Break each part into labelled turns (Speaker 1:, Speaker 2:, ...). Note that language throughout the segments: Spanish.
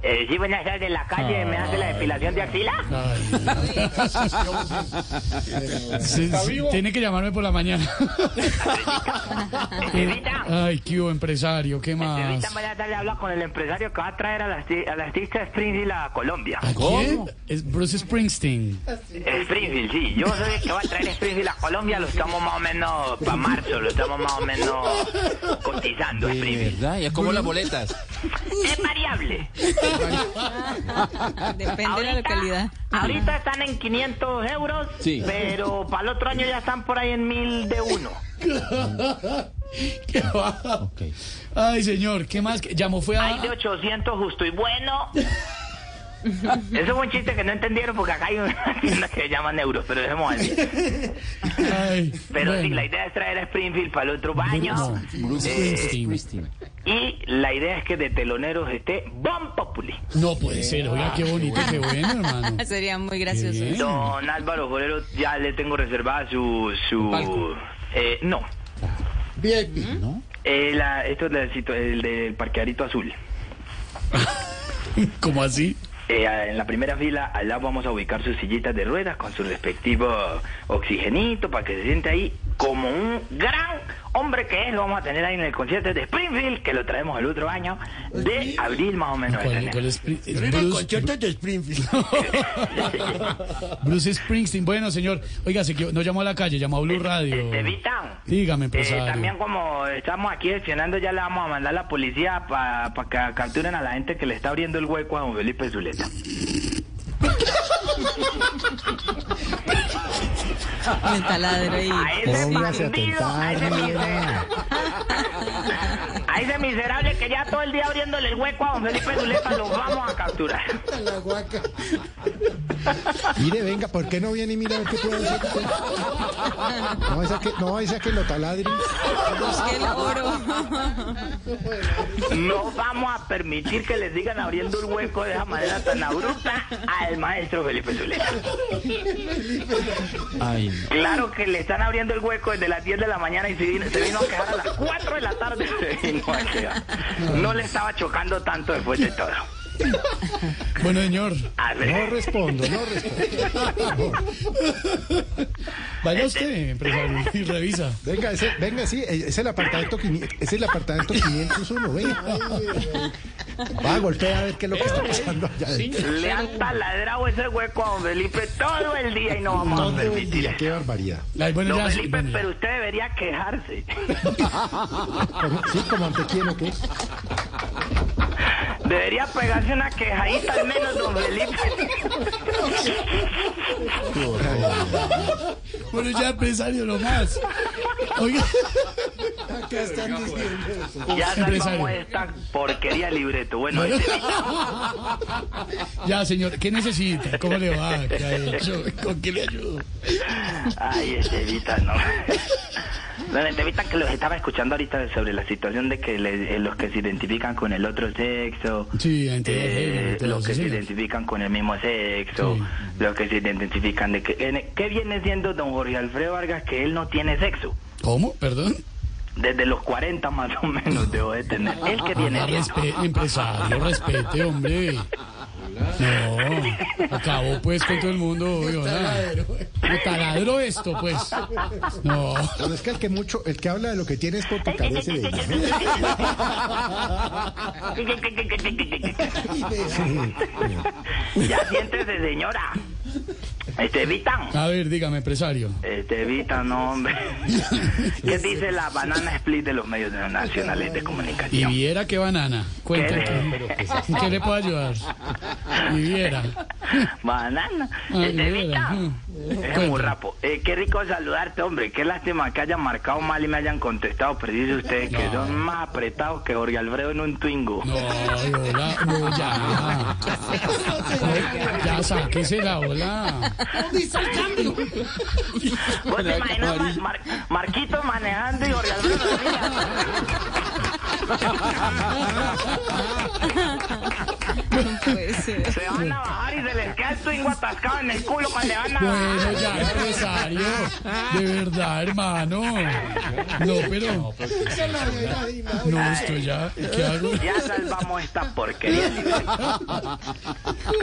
Speaker 1: Eh, sí, buenas tardes. ¿La calle me hace la depilación de axila?
Speaker 2: Sí, sí, tiene que llamarme por la mañana.
Speaker 1: Evita,
Speaker 2: Ay, qué hubo, empresario, ¿qué más?
Speaker 1: Evita, buenas tardes. Habla con el empresario que va a traer a la, arti- a la artista Springfield a Colombia.
Speaker 2: ¿A quién? Es Bruce Springsteen.
Speaker 1: Springfield, sí. Yo soy el que va a traer Springfield a Colombia. Lo estamos más o menos para marzo. Lo estamos más o menos cotizando. Springfield.
Speaker 3: ¿Verdad? Ya como las boletas.
Speaker 1: Es variable.
Speaker 4: Depende de la
Speaker 1: Ahorita-
Speaker 4: localidad.
Speaker 1: Ahorita están en 500 euros,
Speaker 3: Sí.
Speaker 1: pero para el otro año ya están por ahí en 1000 de uno.
Speaker 2: Qué bajo. Ay, señor, ¿qué más? Llamó fue
Speaker 1: Hay de
Speaker 2: a...
Speaker 1: 800 justo y bueno. Eso fue un chiste que no entendieron porque acá hay una tienda que se llaman euros, pero dejemos así.
Speaker 2: Ay,
Speaker 1: Pero sí,
Speaker 2: bueno.
Speaker 1: la Eh, idea es traer a Springfield para el otro baño.
Speaker 3: Bruce Springsteen.
Speaker 1: Y la idea es que de teloneros esté Bon Populi.
Speaker 2: No puede ser, oiga, qué bonito, qué bueno, hermano.
Speaker 4: Sería muy gracioso.
Speaker 2: Bien.
Speaker 1: Don Álvaro Forero, ya le tengo reservada su... su eh, no.
Speaker 3: Bien, ¿no?
Speaker 1: Eh, la- esto es del sitio- el del parqueadito azul.
Speaker 2: ¿Cómo así?
Speaker 1: Eh, en la primera fila, al lado vamos a ubicar sus sillitas de ruedas con su respectivo oxigenito para que se siente ahí como un gran hombre que es. Lo vamos a tener ahí en el concierto de Springfield, que lo traemos el otro año, de abril más o menos. de
Speaker 2: ¿Cuál,
Speaker 1: tener.
Speaker 2: cuál es Spri- es Bruce,
Speaker 3: de Springfield.
Speaker 2: Bruce Springsteen. Bueno, señor, oiga, se equivo- no llamó a la calle, llamó a Blue Radio.
Speaker 1: Este, Vita,
Speaker 2: Dígame,
Speaker 1: eh, también
Speaker 2: empresario.
Speaker 1: como estamos aquí gestionando, ya le vamos a mandar a la policía para que capturen a la gente que le está abriendo el hueco a don Felipe Zuleta.
Speaker 4: El taladro ahí.
Speaker 1: A ese bandido, a ese miserable. A ese miserable que ya todo el día abriéndole el hueco a don Felipe Zuleta lo vamos a capturar.
Speaker 5: Mire, venga, ¿por qué no viene y mira a ver qué puede hacer? usted? No es a que, no es a que lo taladre.
Speaker 4: Busque el oro.
Speaker 1: No vamos a permitir que le sigan abriendo el hueco de esa manera tan abrupta al maestro Felipe Zuleta.
Speaker 3: Ay,
Speaker 1: Claro que le están abriendo el hueco desde las 10 de la mañana y se vino, se vino a quedar a las 4 de la tarde. Se vino a quedar. No le estaba chocando tanto después de todo.
Speaker 2: Bueno, señor,
Speaker 1: A ver.
Speaker 5: No respondo, no respondo.
Speaker 2: vaya usted, empresario, y revisa.
Speaker 5: Venga, ese, venga, sí, es el apartamento, 500 es el apartamento 501, venga. Va a golpear a ver qué es lo que está pasando allá. adentro.
Speaker 1: Le han taladrado ese hueco a don Felipe todo el día y no vamos a
Speaker 5: Todo el
Speaker 1: permitir
Speaker 5: día,
Speaker 1: eso.
Speaker 5: qué barbaridad.
Speaker 2: La- bueno,
Speaker 1: Don
Speaker 2: ya,
Speaker 1: Felipe,
Speaker 2: bueno, ya.
Speaker 1: pero usted debería quejarse.
Speaker 5: Como- Sí, como ante quién o qué.
Speaker 1: Debería pegarse una quejadita al menos, don Felipe.
Speaker 2: Bueno, ya, empresario, lo más. Oiga,
Speaker 1: Ya
Speaker 2: Empresario.
Speaker 1: salvamos esta porquería de libreto. Bueno, este,
Speaker 2: ya, señor, ¿qué necesita? ¿Cómo le va? ¿Qué ha hecho? ¿Con qué le ayudo?
Speaker 1: ay, Estevita, no. Don Estevita, que los estaba escuchando ahorita sobre la situación de que le- eh, los que se identifican con el otro sexo,
Speaker 2: Sí, entre los
Speaker 1: eh,
Speaker 2: gays, entre
Speaker 1: los
Speaker 2: los
Speaker 1: que se
Speaker 2: asesinos.
Speaker 1: identifican con el mismo sexo,
Speaker 2: Sí.
Speaker 1: los que se identifican de que... en- ¿Qué viene siendo don Jorge Alfredo Vargas que él no tiene sexo?
Speaker 2: ¿Cómo? ¿Perdón?
Speaker 1: Desde los 40 más o menos debo de tener. Él que tiene
Speaker 2: Ah,
Speaker 1: sexo.
Speaker 2: respe- empresario, respete, hombre. No, acabó pues con todo el mundo, obvio, ¿verdad? Me taladro esto, pues. No,
Speaker 5: Pero es que el que mucho, el que habla de lo que tiene es porque carece de ella.
Speaker 1: Ya siéntese, señora. Este Vitan.
Speaker 2: A ver, dígame, empresario.
Speaker 1: Este Vitan, no, hombre. ¿Qué dice la banana split de los medios nacionales de
Speaker 2: Y
Speaker 1: comunicación?
Speaker 2: viera qué banana. Cuenta.
Speaker 1: ¿Qué?
Speaker 2: ¿En qué le puedo ayudar? Y viera.
Speaker 1: Banana.
Speaker 2: Ay,
Speaker 1: Este
Speaker 2: mira,
Speaker 1: Vitan.
Speaker 2: ajá.
Speaker 1: Es muy
Speaker 2: Cuenta.
Speaker 1: rapo. Eh, qué rico saludarte, hombre. Qué lástima que hayan marcado mal y me hayan contestado. Pero dice ustedes que
Speaker 2: No.
Speaker 1: son más apretados que Jorge Alfredo en un Twingo.
Speaker 2: No, hola, no, ya. Ya sáquese la hola.
Speaker 1: ¿Vos te imaginas Mar- Pues Mar- Marquito manejando y Jorge Alfredo de mía?
Speaker 4: No puede ser.
Speaker 1: Se van a bajar y se les queda el swing atascado en el culo cuando le van a bajar.
Speaker 2: Bueno, ya, empresario. De verdad, hermano. No, pues, pero. No, esto ya. ¿Qué hago?
Speaker 1: Ya salvamos esta porquería.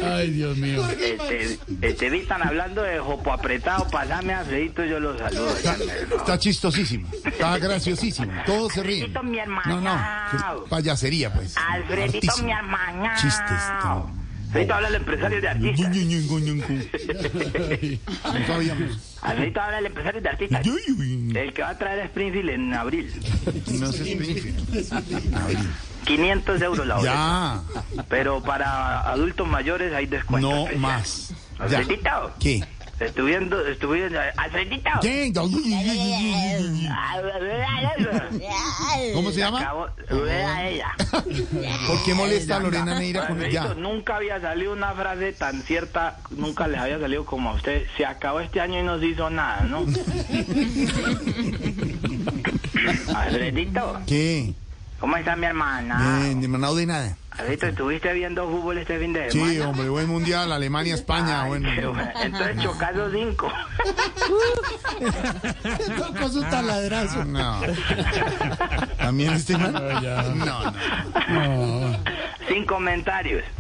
Speaker 2: Ay, Dios mío.
Speaker 1: Este, este Vitan hablando de jopo apretado, pasame a Fredito, yo lo saludo.
Speaker 3: Está, está chistosísimo. Está graciosísimo. Todos se ríen.
Speaker 1: Alfredito, mi
Speaker 3: No,
Speaker 1: hermano.
Speaker 3: no. qué Payasería, pues.
Speaker 1: Alfredito, mi
Speaker 3: Hartísimo.
Speaker 1: hermano.
Speaker 3: Chistes, no.
Speaker 1: Fredito habla el empresario de artistas.
Speaker 3: Ñungu, ñungu, ñungu. No sabíamos.
Speaker 1: Alfredito habla el empresario de artistas. El que va a traer a Springfield en abril.
Speaker 3: No se especifica.
Speaker 1: 500 euros la hora.
Speaker 3: Ya.
Speaker 1: Pero para adultos mayores hay descuento.
Speaker 3: No
Speaker 1: especial.
Speaker 3: más. Ya.
Speaker 1: Alfredito.
Speaker 3: ¿Qué?
Speaker 1: Estuvieron, estuvieron, Alfredito.
Speaker 3: ¿Qué? ¿Cómo se llama?
Speaker 1: Acabo- vea ella.
Speaker 3: ¿Por qué molesta a Lorena Neira con
Speaker 1: Alfredito,
Speaker 3: ya?
Speaker 1: Ah, nunca había salido una frase tan cierta, nunca les había salido como a usted. Se acabó este año y no se hizo nada, ¿no? Alfredito,
Speaker 3: ¿Qué? Eh,
Speaker 1: ¿cómo está mi hermana?
Speaker 3: Bien, de manado de nada.
Speaker 1: Alfredito, ¿estuviste viendo fútbol este fin de semana?
Speaker 3: Sí, hombre, buen mundial, Alemania, España,
Speaker 1: Ay,
Speaker 3: bueno.
Speaker 1: qué bueno. Entonces chocado cinco.
Speaker 5: Con su taladrazo.
Speaker 1: Ah.
Speaker 3: No. ¿También este man?
Speaker 2: No, ya.
Speaker 3: No, no.
Speaker 2: No.
Speaker 1: Sin comentarios.
Speaker 3: Ah.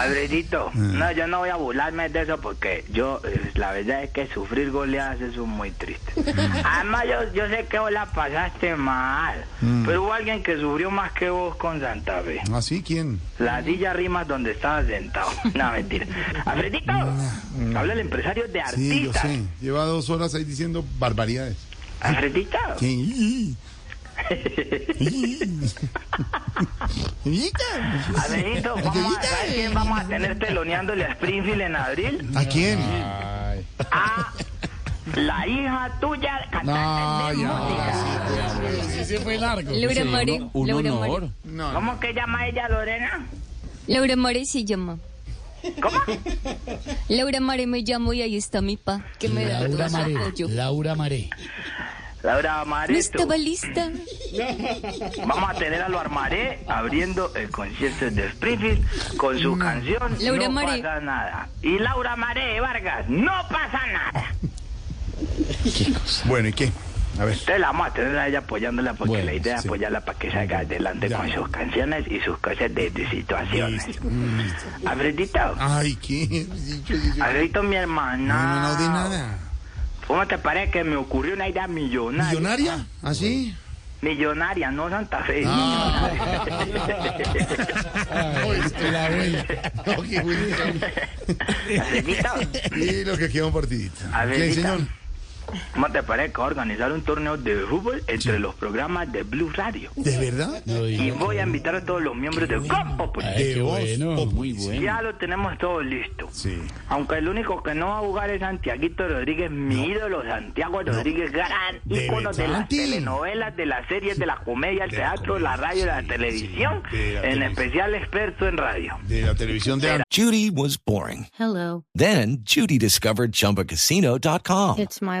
Speaker 1: Alfredito, no, yo no voy a burlarme de eso porque yo, eh, la verdad es que sufrir goleadas eso es muy triste.
Speaker 3: Mm.
Speaker 1: Además, yo, yo sé que vos la pasaste mal,
Speaker 3: Mm.
Speaker 1: pero hubo alguien que sufrió más que vos con Santa Fe.
Speaker 3: ¿Ah, sí? ¿Quién?
Speaker 1: La silla rimas donde estabas sentado. No, mentira. Alfredito, habla el empresario de
Speaker 3: Mm. Sí, yo
Speaker 1: artistas.
Speaker 3: sé. Lleva dos horas ahí diciendo barbaridades.
Speaker 1: Alfredito,
Speaker 3: ¿Qué?
Speaker 1: Alfredito, vamos a, ¿sabes quién vamos a tener teloneándole a Springfield en abril?
Speaker 3: ¿A quién?
Speaker 1: Ah. a la hija tuya
Speaker 3: No,
Speaker 1: cantante de
Speaker 3: Ah, ya.
Speaker 1: música.
Speaker 2: Sí, se fue largo.
Speaker 6: Laura More. Laura More.
Speaker 3: No, no.
Speaker 1: ¿Cómo que llama ella Lorena?
Speaker 6: Laura More se llama.
Speaker 1: ¿Cómo?
Speaker 6: Laura More me llamo y ahí está mi pa, que me da todo
Speaker 2: Laura
Speaker 6: su
Speaker 2: Maré.
Speaker 6: apoyo.
Speaker 2: Laura Maré.
Speaker 1: Laura
Speaker 6: No
Speaker 1: Amareto.
Speaker 6: estaba lista.
Speaker 1: Vamos a tener a lo armaré abriendo el concierto de Springfield con su canción
Speaker 6: Laura
Speaker 1: No
Speaker 6: Amaré.
Speaker 1: pasa nada. Y Laura Amaré Vargas, no pasa nada.
Speaker 3: Bueno, ¿y qué? A ver.
Speaker 1: Entonces la vamos a tener a ella apoyándola porque
Speaker 3: Bueno,
Speaker 1: la idea es
Speaker 3: sí.
Speaker 1: apoyarla para que salga adelante
Speaker 3: Ya.
Speaker 1: con sus canciones y sus cosas de, de situaciones. Alfredito,
Speaker 3: Ay, ¿qué? Sí, yo- yo-
Speaker 1: Alfredito mi hermana.
Speaker 3: Ah. No, no, de nada.
Speaker 1: ¿Cómo te parece que me ocurrió una idea millonaria?
Speaker 3: ¿Millonaria? ¿Ah, sí?
Speaker 1: Millonaria, no Santa Fe.
Speaker 3: Ah.
Speaker 2: Ay, este, la abuela.
Speaker 3: No, qué bueno.
Speaker 1: Alfredito,
Speaker 3: Y lo que queda un partidito.
Speaker 1: A ver,
Speaker 3: ¿Qué,
Speaker 1: Rita.
Speaker 3: señor?
Speaker 1: ¿cómo te parece organizar un torneo de fútbol entre los programas de Blue Radio?
Speaker 3: ¿De verdad?
Speaker 2: No
Speaker 1: Y
Speaker 2: digo.
Speaker 1: voy a invitar a todos los miembros de Campo. pues.
Speaker 2: Ay, qué
Speaker 3: Voz
Speaker 2: bueno.
Speaker 3: Populi.
Speaker 1: Ya lo tenemos todo listo.
Speaker 3: Sí.
Speaker 1: Aunque el único que no va a jugar es Santiaguito Rodríguez, mi ídolo Santiago Rodríguez, gran
Speaker 3: De
Speaker 1: ícono de las
Speaker 3: Betanti.
Speaker 1: telenovelas, de las series, de la comedia, el
Speaker 3: De la
Speaker 1: teatro, la
Speaker 3: comedia,
Speaker 1: radio, la
Speaker 3: sí,
Speaker 1: televisión,
Speaker 3: sí, de la
Speaker 1: en
Speaker 3: televisión.
Speaker 1: especial experto en radio.
Speaker 3: De la televisión de
Speaker 7: Judy was boring.
Speaker 8: Hello,
Speaker 7: Then Judy discovered ChumbaCasino.com.
Speaker 8: it's my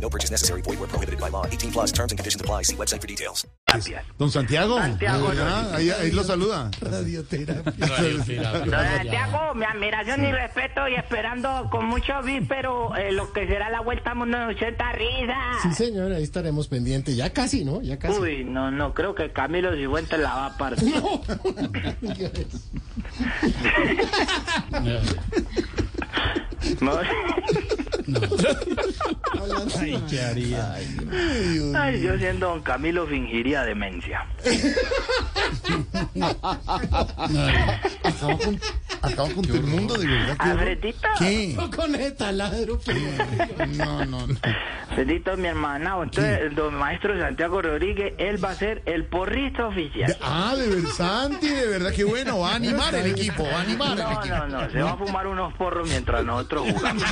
Speaker 7: No purchase necessary. Void where prohibited by law. 18 plus terms and conditions apply. See website for details.
Speaker 1: Terapias.
Speaker 3: Don Santiago.
Speaker 1: Santiago,
Speaker 3: Ah,
Speaker 1: no.
Speaker 3: ahí, ahí lo saluda.
Speaker 1: Don Santiago, Ah, mi admiración y respeto y esperando con mucho víspero eh, lo que será la vuelta a Mundo de 80 risas.
Speaker 9: Sí, señor, ahí estaremos pendientes. Ya casi, ¿no? Ya casi.
Speaker 1: Uy, no, no, creo que Camilo Cifuentes la va a partir. No.
Speaker 2: Ay, ¿qué haría?
Speaker 1: Ay, yo siendo don Camilo fingiría demencia.
Speaker 3: Acabo con, acabo con todo el mundo, de verdad. que-
Speaker 1: Alfredito.
Speaker 3: ¿Qué?
Speaker 9: No con el taladro, pero-
Speaker 3: No, no, no.
Speaker 1: Alfredito, mi hermana. Entonces, el don maestro Santiago Rodríguez, él va a ser el porrito oficial.
Speaker 3: Ah, de verdad, Santi, de verdad, qué bueno. Va a animar el equipo, va a animar el
Speaker 1: No,
Speaker 3: equipo.
Speaker 1: no, no, se va a fumar unos porros mientras nosotros jugamos.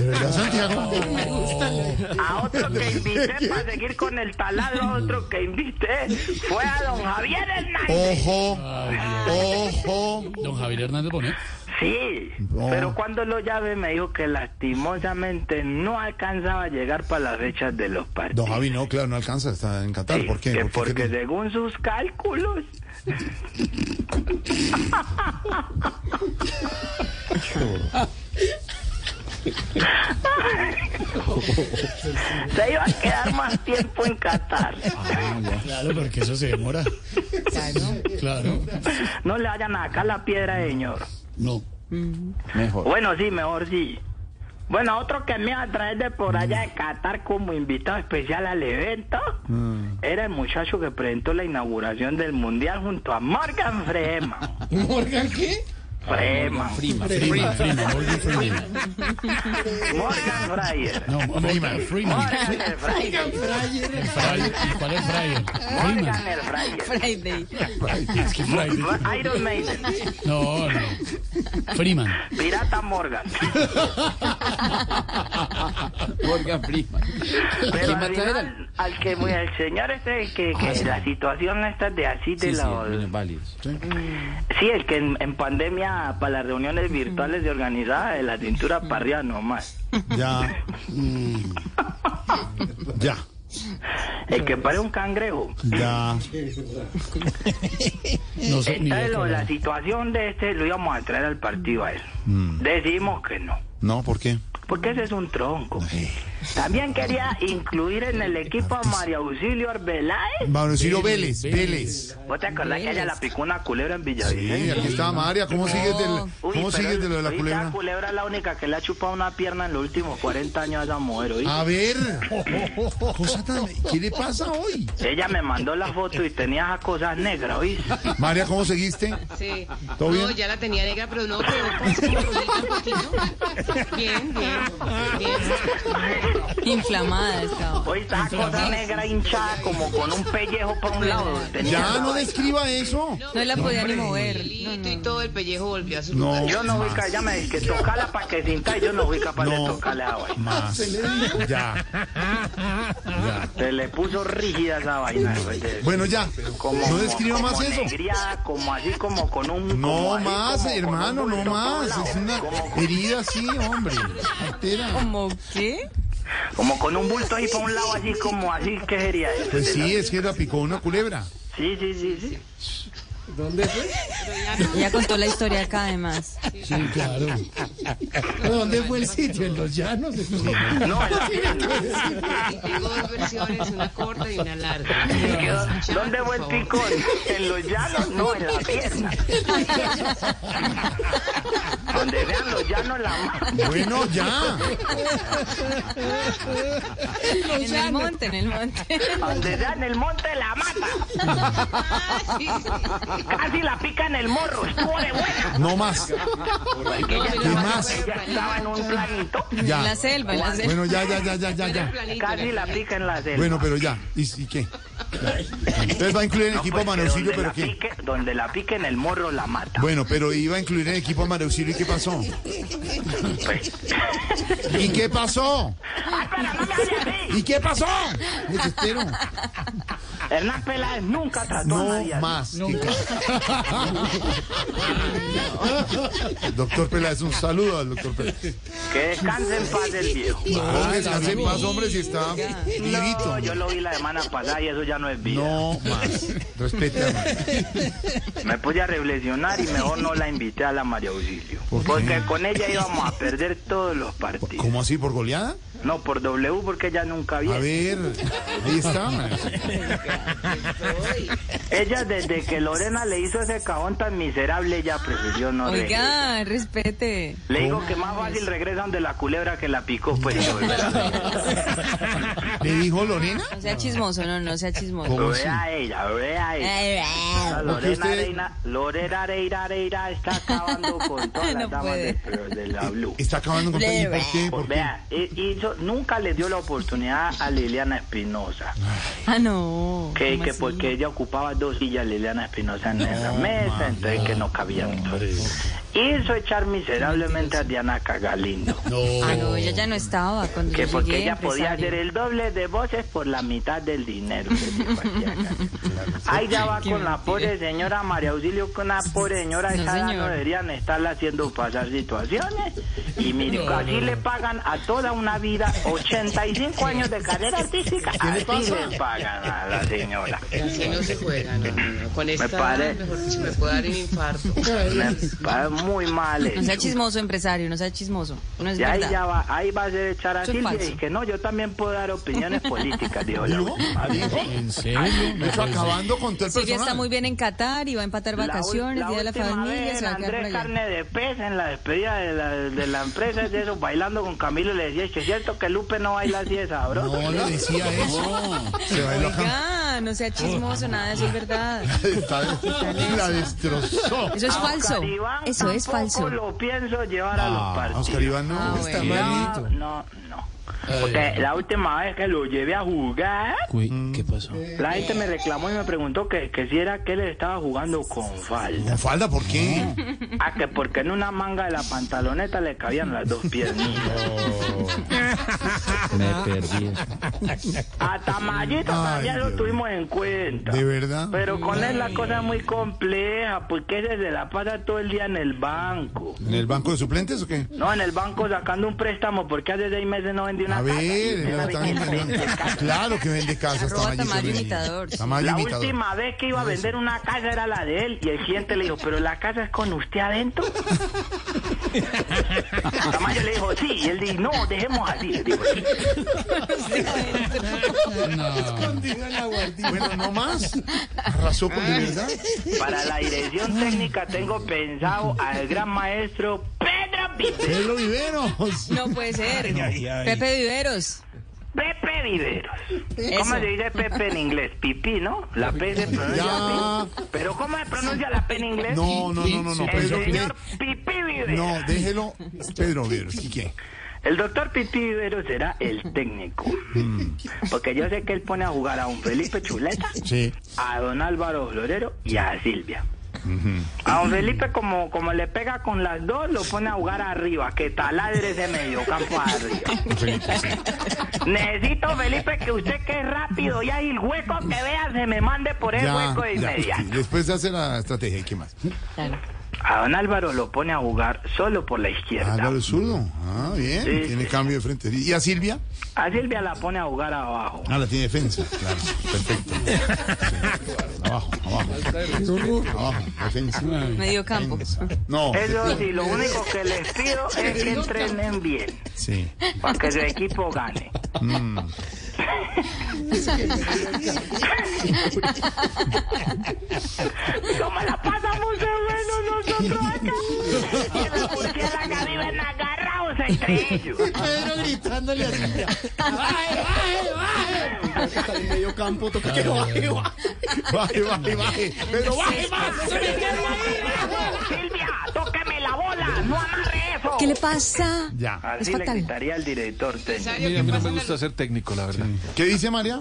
Speaker 3: De verdad, Santiago.
Speaker 1: A otro que invité para seguir con el taladro, a otro que invité fue a don Javier Hernández.
Speaker 3: Ojo, ojo.
Speaker 2: Don Javier Hernández Bonet.
Speaker 1: Sí, pero cuando lo llamé me dijo que lastimosamente no alcanzaba a llegar para las fechas de los partidos.
Speaker 3: Don Javi, no, claro, no alcanza, está en Qatar.
Speaker 1: Sí,
Speaker 3: ¿Por qué?
Speaker 1: que
Speaker 3: ¿Por qué?
Speaker 1: porque según sus cálculos. Se iba a quedar más tiempo en Qatar.
Speaker 2: Claro, porque eso se demora. Claro.
Speaker 1: No le vayan a sacar la piedra, señor.
Speaker 2: No.
Speaker 1: Bueno, sí, mejor sí. Bueno, otro que me iba a traer de por allá de Qatar como invitado especial al evento era el muchacho que presentó la inauguración del Mundial junto a Morgan Freeman.
Speaker 9: ¿Morgan qué?
Speaker 1: Freeman.
Speaker 2: Prima, prima, prima. Morgan Freeman.
Speaker 1: Morgan Fryer.
Speaker 2: No, Morgan Freeman.
Speaker 1: Morgan el Fryer.
Speaker 2: Fryer. ¿Y cuál es Fryer?
Speaker 1: Morgan
Speaker 2: Freeman.
Speaker 1: el Fryer.
Speaker 4: Friday.
Speaker 2: Es que Friday.
Speaker 1: Iron Maiden.
Speaker 2: No, no. Freeman.
Speaker 1: Pirata Morgan.
Speaker 10: Morgan Freeman.
Speaker 1: Pero
Speaker 10: ¿Quién va a
Speaker 1: al,
Speaker 10: traer
Speaker 1: final, al que muy- el señor este que, que la situación esta de así de
Speaker 10: Ah, Sí, sí,
Speaker 1: la
Speaker 10: Antonio Valius.
Speaker 1: Sí, el que en, en pandemia para las reuniones virtuales de organizadas de la cintura para arriba nomás.
Speaker 3: Ya. mm, Ya,
Speaker 1: El que pare un cangrejo.
Speaker 3: ya.
Speaker 2: No sé
Speaker 1: Entonces,
Speaker 2: ni de
Speaker 1: eh, lo-
Speaker 2: qué
Speaker 1: la
Speaker 2: hablar.
Speaker 1: situación de este lo íbamos a traer al partido a él.
Speaker 10: Mm.
Speaker 1: Decidimos que no.
Speaker 3: No, ¿por qué?
Speaker 1: Porque ese es un tronco. También quería incluir en el equipo a María Auxilio Arbeláez.
Speaker 3: Mauricio Vélez, Vélez.
Speaker 1: ¿Vos te acordás que ella la picó una culebra en
Speaker 3: Sí,
Speaker 1: Villavicencio?
Speaker 3: aquí está María. ¿Cómo sigues de, la-
Speaker 1: Uy,
Speaker 3: ¿cómo
Speaker 1: pero
Speaker 3: sigues de lo de
Speaker 1: ahorita
Speaker 3: la
Speaker 1: La
Speaker 3: culebra?
Speaker 1: culebra es la única que le ha chupado una pierna en los últimos 40 años a esa mujer, ¿oí?
Speaker 3: A ver. cosa tan- ¿Qué le pasa hoy?
Speaker 1: Ella me mandó la foto y tenía esas cosas negras, ¿oíste?
Speaker 3: María, ¿cómo seguiste?
Speaker 4: Sí.
Speaker 3: ¿Todo
Speaker 4: no,
Speaker 3: bien?
Speaker 4: ya la tenía negra, pero no, pero sí, bonita un poquito. Bien, bien. Bien.
Speaker 6: Inflamada estaba.
Speaker 1: Hoy estaba cosa negra hinchada como con un pellejo por un lado. Tenía
Speaker 3: Ya, no
Speaker 1: la-
Speaker 3: describa eso.
Speaker 6: No la podía ni mover.
Speaker 4: Pelito y todo el pellejo volvió a su
Speaker 3: No.
Speaker 4: lugar.
Speaker 1: Yo no fui capaz, ella me dice que tocala para que sinta y yo no fui capaz de tocarle a hoy.
Speaker 3: Más. Ya. Ya.
Speaker 1: Se le puso rígida esa vaina. güey, de-
Speaker 3: Bueno, ya.
Speaker 1: como,
Speaker 3: No describa
Speaker 1: como
Speaker 3: más eso.
Speaker 1: negriada, como así, como con un... como
Speaker 3: No
Speaker 1: así,
Speaker 3: más,
Speaker 1: como con
Speaker 3: hermano,
Speaker 1: un
Speaker 3: no
Speaker 1: bulto por un
Speaker 3: más.
Speaker 1: lado,
Speaker 3: Es una
Speaker 1: Como,
Speaker 3: herida así, hombre. Altera.
Speaker 6: ¿Cómo qué?
Speaker 1: como con un bulto ahí para un lado, así como así, ¿qué sería eso?
Speaker 3: Pues sí, es que la picó una culebra.
Speaker 1: Sí, sí, sí, sí.
Speaker 9: ¿Dónde fue?
Speaker 6: Ella contó la historia acá además.
Speaker 2: Sí, claro.
Speaker 9: ¿Pero ¿Dónde fue el sitio? ¿En los llanos?
Speaker 1: No, en la pierna.
Speaker 4: Y Tengo dos versiones, una corta y una larga.
Speaker 1: ¿Dónde fue el picón? ¿En los llanos? No, en la pierna. Donde vean los llanos la mano.
Speaker 3: Bueno, ya.
Speaker 6: En el monte, en el monte.
Speaker 1: Donde vean el monte la mata. Casi la pica en el morro. Estuvo de buena.
Speaker 3: No más.
Speaker 1: Porque ella
Speaker 3: ¿Qué más?
Speaker 1: ella estaba en un planito.
Speaker 3: Ya.
Speaker 6: En la selva, en la selva.
Speaker 3: Bueno, ya, ya, ya, ya, ya, ya.
Speaker 1: Casi la pica en la selva.
Speaker 3: Bueno, pero ya. ¿Y, y qué? Entonces va a incluir el
Speaker 1: No,
Speaker 3: equipo a
Speaker 1: pues, que
Speaker 3: Manucillo,
Speaker 1: donde
Speaker 3: pero
Speaker 1: la
Speaker 3: qué.
Speaker 1: pique- donde la pique en el morro la mata.
Speaker 3: Bueno, pero iba a incluir el equipo a Manucillo y qué pasó.
Speaker 1: Pues.
Speaker 3: ¿Y qué pasó?
Speaker 1: Ah, ¡Ay, pero no me hable así!
Speaker 3: ¿Y qué pasó? Desespero.
Speaker 1: Hernán Peláez nunca trató a
Speaker 3: No
Speaker 1: nadie así.
Speaker 3: más. Doctor Peláez, un saludo al doctor Peláez.
Speaker 1: Que descanse en paz del viejo.
Speaker 3: Hombre, descanse en paz, hombre, si está vivito.
Speaker 1: No, yo lo vi la semana pasada y eso ya no es vida.
Speaker 3: No más. Respeta.
Speaker 1: Me puse a reflexionar y mejor no la invité a la María Auxilio. Porque con ella íbamos a perder todos los partidos.
Speaker 3: ¿Cómo así? ¿Por goleada?
Speaker 1: No, por W porque ella nunca
Speaker 3: A
Speaker 1: viene.
Speaker 3: ver, ahí está.
Speaker 1: Ella desde que Lorena le hizo ese cajón tan miserable, ella prefirió no reír.
Speaker 11: Oiga, respete.
Speaker 1: Le digo que más fácil regresan de la culebra que la picó, pues. yo, ¿verdad?
Speaker 3: ¿Le dijo Lorena?
Speaker 11: No sea chismoso, no, no sea chismoso.
Speaker 1: Lo vea ella, lo vea ella.
Speaker 11: Ah,
Speaker 1: Esa
Speaker 3: Porque
Speaker 1: Lorena
Speaker 3: usted-
Speaker 1: Reina, Lorena Reina, Reina está acabando con todas las
Speaker 11: No
Speaker 1: damas
Speaker 11: puede.
Speaker 1: de, pero de la Blue.
Speaker 3: Está acabando con ¿Y por qué?
Speaker 1: Pues
Speaker 3: ¿Por qué?
Speaker 1: vea, y, y yo nunca le dio la oportunidad a Liliana Espinosa,
Speaker 11: Ah, no.
Speaker 1: que,
Speaker 11: ¿cómo
Speaker 1: que
Speaker 11: así?
Speaker 1: porque ella ocupaba dos sillas Liliana Espinosa en esa mesa, entonces que no cabían todos. Hizo echar miserablemente a Diana Cagalindo,
Speaker 11: Ah, no, ella ya no estaba cuando
Speaker 1: que
Speaker 11: yo
Speaker 1: porque
Speaker 11: llegué,
Speaker 1: ella podía
Speaker 11: empresario.
Speaker 1: hacer el doble de voces por la mitad del dinero. le dijo a Diana. Ahí ya va
Speaker 11: Qué
Speaker 1: con la
Speaker 11: mentira.
Speaker 1: pobre señora María Auxilio, que una pobre señora
Speaker 11: No,
Speaker 1: esa edad no
Speaker 11: señor.
Speaker 1: deberían estarla haciendo pasar situaciones. Y mire,
Speaker 2: No,
Speaker 1: así
Speaker 2: no, no.
Speaker 1: le pagan a toda una vida 85 años de carrera artística.
Speaker 9: ¿Qué le
Speaker 1: así
Speaker 9: pasa?
Speaker 1: le pagan a la señora.
Speaker 4: Así no se juega, no, no, no. Con esta,
Speaker 1: pare-
Speaker 4: mejor dicho, me puede dar un infarto.
Speaker 1: Me pagan muy mal.
Speaker 11: No sea
Speaker 1: hecho.
Speaker 11: chismoso, empresario, no sea chismoso. No es
Speaker 1: Y ahí
Speaker 11: verdad.
Speaker 1: ya va, ahí va a ser echar a
Speaker 11: Eso es
Speaker 1: Silvia
Speaker 11: falso.
Speaker 1: y que no, yo también puedo dar opiniones políticas, dijo la
Speaker 11: Ah,
Speaker 1: última.
Speaker 2: ¿En serio?
Speaker 3: De hecho, acabando con todo el
Speaker 11: Silvia está
Speaker 3: personal.
Speaker 11: muy bien en Qatar y va a empatar vacaciones,
Speaker 1: ul-
Speaker 11: día de la
Speaker 1: última
Speaker 11: familia,
Speaker 1: vez,
Speaker 11: se va a quedar por
Speaker 1: Andrés
Speaker 11: allá.
Speaker 1: Carne de Pez en la despedida de la, de la empresa, es de eso, bailando con Camilo, le decía, "Che, es cierto que Lupe no baila así de sabroso.
Speaker 3: No le decía eso. Se bailó acá.
Speaker 11: Oiga, no sea chismoso, nada de eso es verdad.
Speaker 3: Está- La destrozó.
Speaker 11: Eso es
Speaker 1: A
Speaker 11: falso.
Speaker 1: Oscar Iván
Speaker 11: Eso es
Speaker 1: tampoco
Speaker 11: falso.
Speaker 1: lo pienso llevar a los
Speaker 3: Ah,
Speaker 1: partidos.
Speaker 3: Oscar Iván Eh. no.
Speaker 11: Ah,
Speaker 3: está
Speaker 11: bueno.
Speaker 3: malito.
Speaker 1: No, no, no. Porque la última vez que lo llevé a jugar,
Speaker 2: ¿Qué pasó?
Speaker 1: la gente me reclamó y me preguntó que, que si era que él estaba jugando con falda.
Speaker 3: ¿Con falda por qué?
Speaker 1: Ah, que porque en una manga de la pantaloneta le cabían las dos piernitas.
Speaker 10: Me
Speaker 2: Ah.
Speaker 10: perdí.
Speaker 1: A Tamayito
Speaker 3: Ay,
Speaker 1: también lo
Speaker 3: Dios.
Speaker 1: tuvimos en cuenta.
Speaker 3: ¿De verdad?
Speaker 1: Pero con él la cosa es muy compleja, porque ese se la pasa todo el día en el banco.
Speaker 3: ¿En el banco de suplentes o qué?
Speaker 1: No, en el banco sacando un préstamo, porque hace seis meses no vendí una
Speaker 3: A
Speaker 1: casa.
Speaker 3: ver,
Speaker 1: Era
Speaker 3: era tan-
Speaker 1: vivienda de
Speaker 3: tan-
Speaker 1: casa.
Speaker 3: claro que vende casas.
Speaker 11: Arroba
Speaker 3: Tamayito
Speaker 11: Tamayo
Speaker 3: Reyes.
Speaker 11: Imitador.
Speaker 3: Tamayo
Speaker 1: La
Speaker 3: Imitador.
Speaker 1: última vez que iba a vender una casa era la de él y el cliente le dijo, pero la casa es con usted adentro. Tamayo le dijo, sí, y él dijo, no, dejemos así. Le digo,
Speaker 9: Escondido en la guardilla.
Speaker 3: Bueno, no más. Arrasó con
Speaker 1: Ah.
Speaker 3: de verdad.
Speaker 1: Para la dirección técnica tengo pensado al gran maestro Pedro Viveros.
Speaker 3: Pedro Viveros.
Speaker 11: No puede ser. Pepe Viveros.
Speaker 1: Pepe Viveros.
Speaker 11: Eso.
Speaker 1: ¿Cómo se dice Pepe en inglés? Pipí, ¿no? La P se pronuncia
Speaker 3: Ya.
Speaker 1: así. ¿Pero cómo se pronuncia la P en inglés?
Speaker 3: No, no, no, no, no.
Speaker 1: El
Speaker 3: Pedro,
Speaker 1: señor
Speaker 3: de-
Speaker 1: Pipí Viveros.
Speaker 3: no, déjelo. Pedro Viveros. ¿Y qué?
Speaker 1: El doctor Pipí Viveros será el técnico. Porque yo sé que él pone a jugar a un Felipe Chuleta,
Speaker 3: Mm. Sí.
Speaker 1: a don Álvaro Florero y a Silvia. A don Felipe como, como le pega con las dos, lo pone a jugar arriba, que taladre ese medio campo arriba. Necesito, Felipe, que usted que es rápido y hay el hueco que vea, se me mande por el
Speaker 3: Ya,
Speaker 1: hueco de
Speaker 3: ya.
Speaker 1: inmediato.
Speaker 3: Después hace la estrategia. ¿Y qué más?
Speaker 11: Claro.
Speaker 1: A don Álvaro lo pone a jugar solo por la izquierda.
Speaker 3: Álvaro es zurdo. Ah, bien.
Speaker 1: Sí,
Speaker 3: Tiene
Speaker 1: sí.
Speaker 3: cambio de frente. ¿Y a Silvia?
Speaker 1: A Silvia la pone a jugar abajo.
Speaker 3: Ah, la tiene defensa. Claro. Perfecto. Sí. Abajo, abajo. Abajo, defensa.
Speaker 11: Medio campo.
Speaker 3: Defensa. No.
Speaker 1: Eso sí, lo único que les pido es que entrenen bien,
Speaker 3: Sí.
Speaker 1: para que su equipo gane.
Speaker 3: Mm.
Speaker 1: ¿Cómo la pasamos de bueno nosotros acá? Que los murciélagos viven agarrados entre ellos.
Speaker 9: Pedro gritándole así. ¡Baje, baje, baje! Está en medio campo, toca que baje, baje.
Speaker 3: Baje, baje, baje. Pero baje más.
Speaker 1: Silvia, tóqueme la bola, no amarre eso.
Speaker 11: ¿Qué le pasa?
Speaker 3: Ya.
Speaker 1: Así
Speaker 11: Es
Speaker 1: le
Speaker 11: fatal.
Speaker 1: gritaría al director técnico.
Speaker 10: Mira, a mí no me gusta ser técnico, la verdad.
Speaker 3: ¿Qué dice María?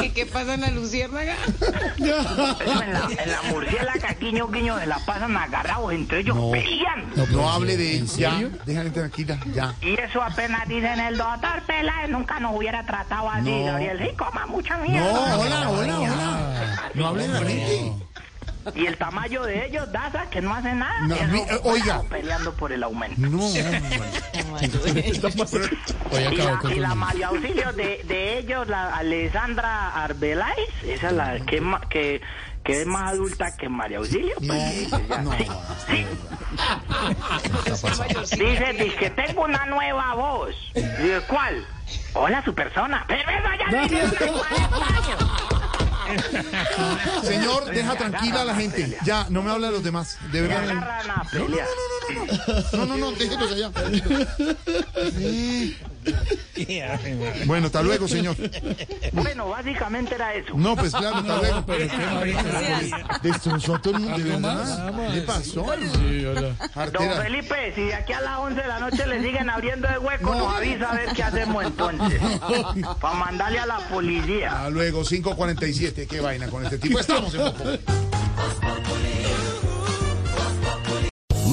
Speaker 7: ¿Qué, qué pasa en la luciérnaga?
Speaker 1: Eso en la, en la murciélaga, guiño, guiño, se la pasan agarrados entre ellos, pelean.
Speaker 3: No, hable de ella. Ya, déjale tranquila, ya.
Speaker 1: Y eso apenas dicen el doctor Peláez, nunca nos hubiera tratado así,
Speaker 3: No.
Speaker 1: Gabriel. Sí, coma mucha mierda.
Speaker 3: No, hola, hola, hola. No hable de la gente.
Speaker 1: Y el tamaño de ellos, Daza, que no hace nada.
Speaker 3: No,
Speaker 1: Eso,
Speaker 3: mi- eh, oiga.
Speaker 1: Peleando por el aumento.
Speaker 3: No,
Speaker 2: Hoy
Speaker 1: Y
Speaker 2: acabó
Speaker 1: la,
Speaker 2: con
Speaker 1: y la
Speaker 2: todo.
Speaker 1: María Auxilio de, de ellos, la Alessandra Arbeláez, esa es la que, es ma- que, que es más adulta que María Auxilio. pues, ella- sí, sí. Dice, dice que tengo una nueva voz. Dice, ¿cuál? Hola, su persona. Pero eso ya no tiene
Speaker 3: Señor, deja tranquila a la gente. Ya, no me habla de los demás. De
Speaker 1: Me
Speaker 3: verdad.
Speaker 1: agarran a pelear.
Speaker 3: No, no, no, déjenos allá. Sí. Bueno, hasta luego, señor.
Speaker 1: Bueno, básicamente era eso.
Speaker 3: No, pues claro, hasta luego. Destrozó a todo el mundo, de
Speaker 2: ¿Algo
Speaker 3: verdad.
Speaker 2: más?
Speaker 3: ¿Qué pasó?
Speaker 2: Sí, hola.
Speaker 1: Don
Speaker 3: Artera.
Speaker 1: Felipe, si de aquí a las 11 de la noche le siguen abriendo el hueco, nos avisa a ver qué hacemos entonces. Para mandarle a la policía.
Speaker 3: Hasta luego, 5.47. Qué vaina con este tipo. Estamos en Popó.